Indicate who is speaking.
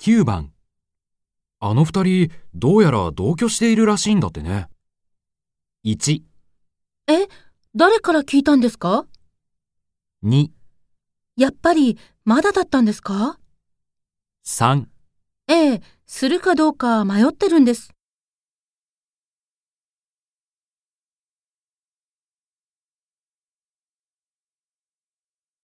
Speaker 1: 9番、
Speaker 2: あの二人、どうやら同居しているらしいんだってね。
Speaker 1: 1、
Speaker 3: え、誰から聞いたんですか
Speaker 1: 2、
Speaker 3: やっぱり、まだだったんですか
Speaker 1: 3。
Speaker 3: ええ、するかどうか迷ってるんです。